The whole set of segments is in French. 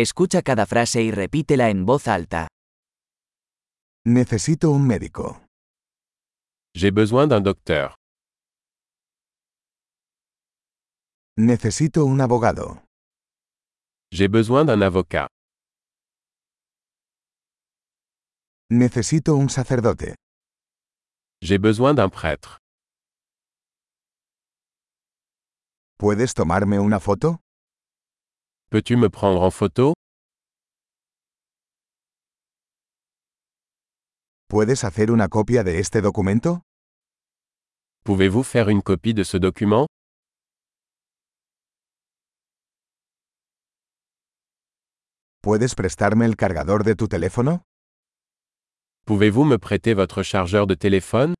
Escucha cada frase y repítela en voz alta. Necesito un médico. J'ai besoin d'un docteur. Necesito un abogado. J'ai besoin d'un avocat. Necesito un sacerdote. J'ai besoin d'un prêtre. ¿Puedes tomarme una foto? Peux-tu me prendre en photo ¿Puedes hacer una copia de este documento? Pouvez-vous faire une copie de ce document ¿Puedes prestarme el cargador de tu teléfono? Pouvez-vous me prêter votre chargeur de téléphone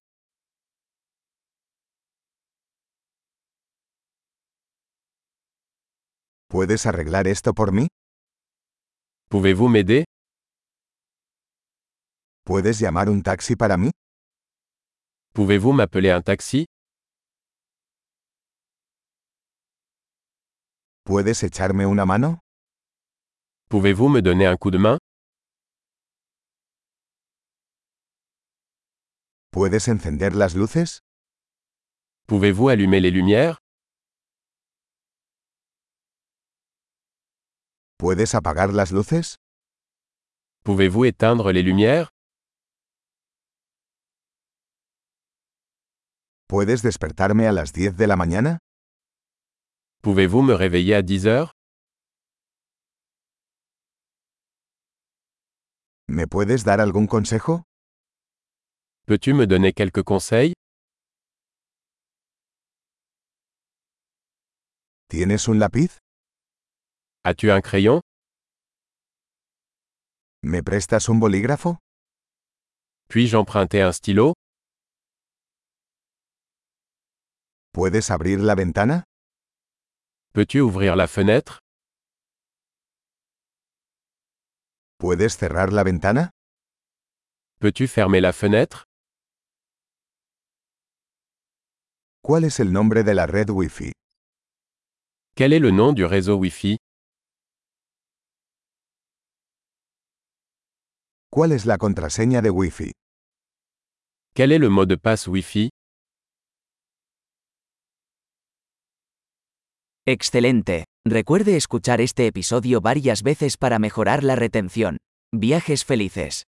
¿Puedes arreglar esto por mí? Pouvez-vous m'aider ¿Puedes llamar un taxi para mí? Pouvez-vous m'appeler un taxi ¿Puedes echarme una mano? Pouvez-vous me donner un coup de main ¿Puedes encender las luces? Pouvez-vous allumer les lumières ¿Puedes apagar las luces? Pouvez-vous éteindre les lumières ¿Puedes despertarme a las 10 de la mañana? Pouvez-vous me réveiller à 10 heures ¿Me puedes dar algún consejo? Peux-tu me donner quelques conseils ¿Tienes un lápiz? As-tu un crayon ¿Me prestas un bolígrafo? Puis-je emprunter un stylo ¿Puedes abrir la ventana? Peux-tu ouvrir la fenêtre ¿Puedes cerrar la ventana? Peux-tu fermer la fenêtre ¿Cuál es el nombre de la red Wi-Fi? Quel est le nom du réseau Wi-Fi ¿Cuál es la contraseña de Wi-Fi? Quel est le mot de passe Wi-Fi Excelente. Recuerde escuchar este episodio varias veces para mejorar la retención. Viajes felices.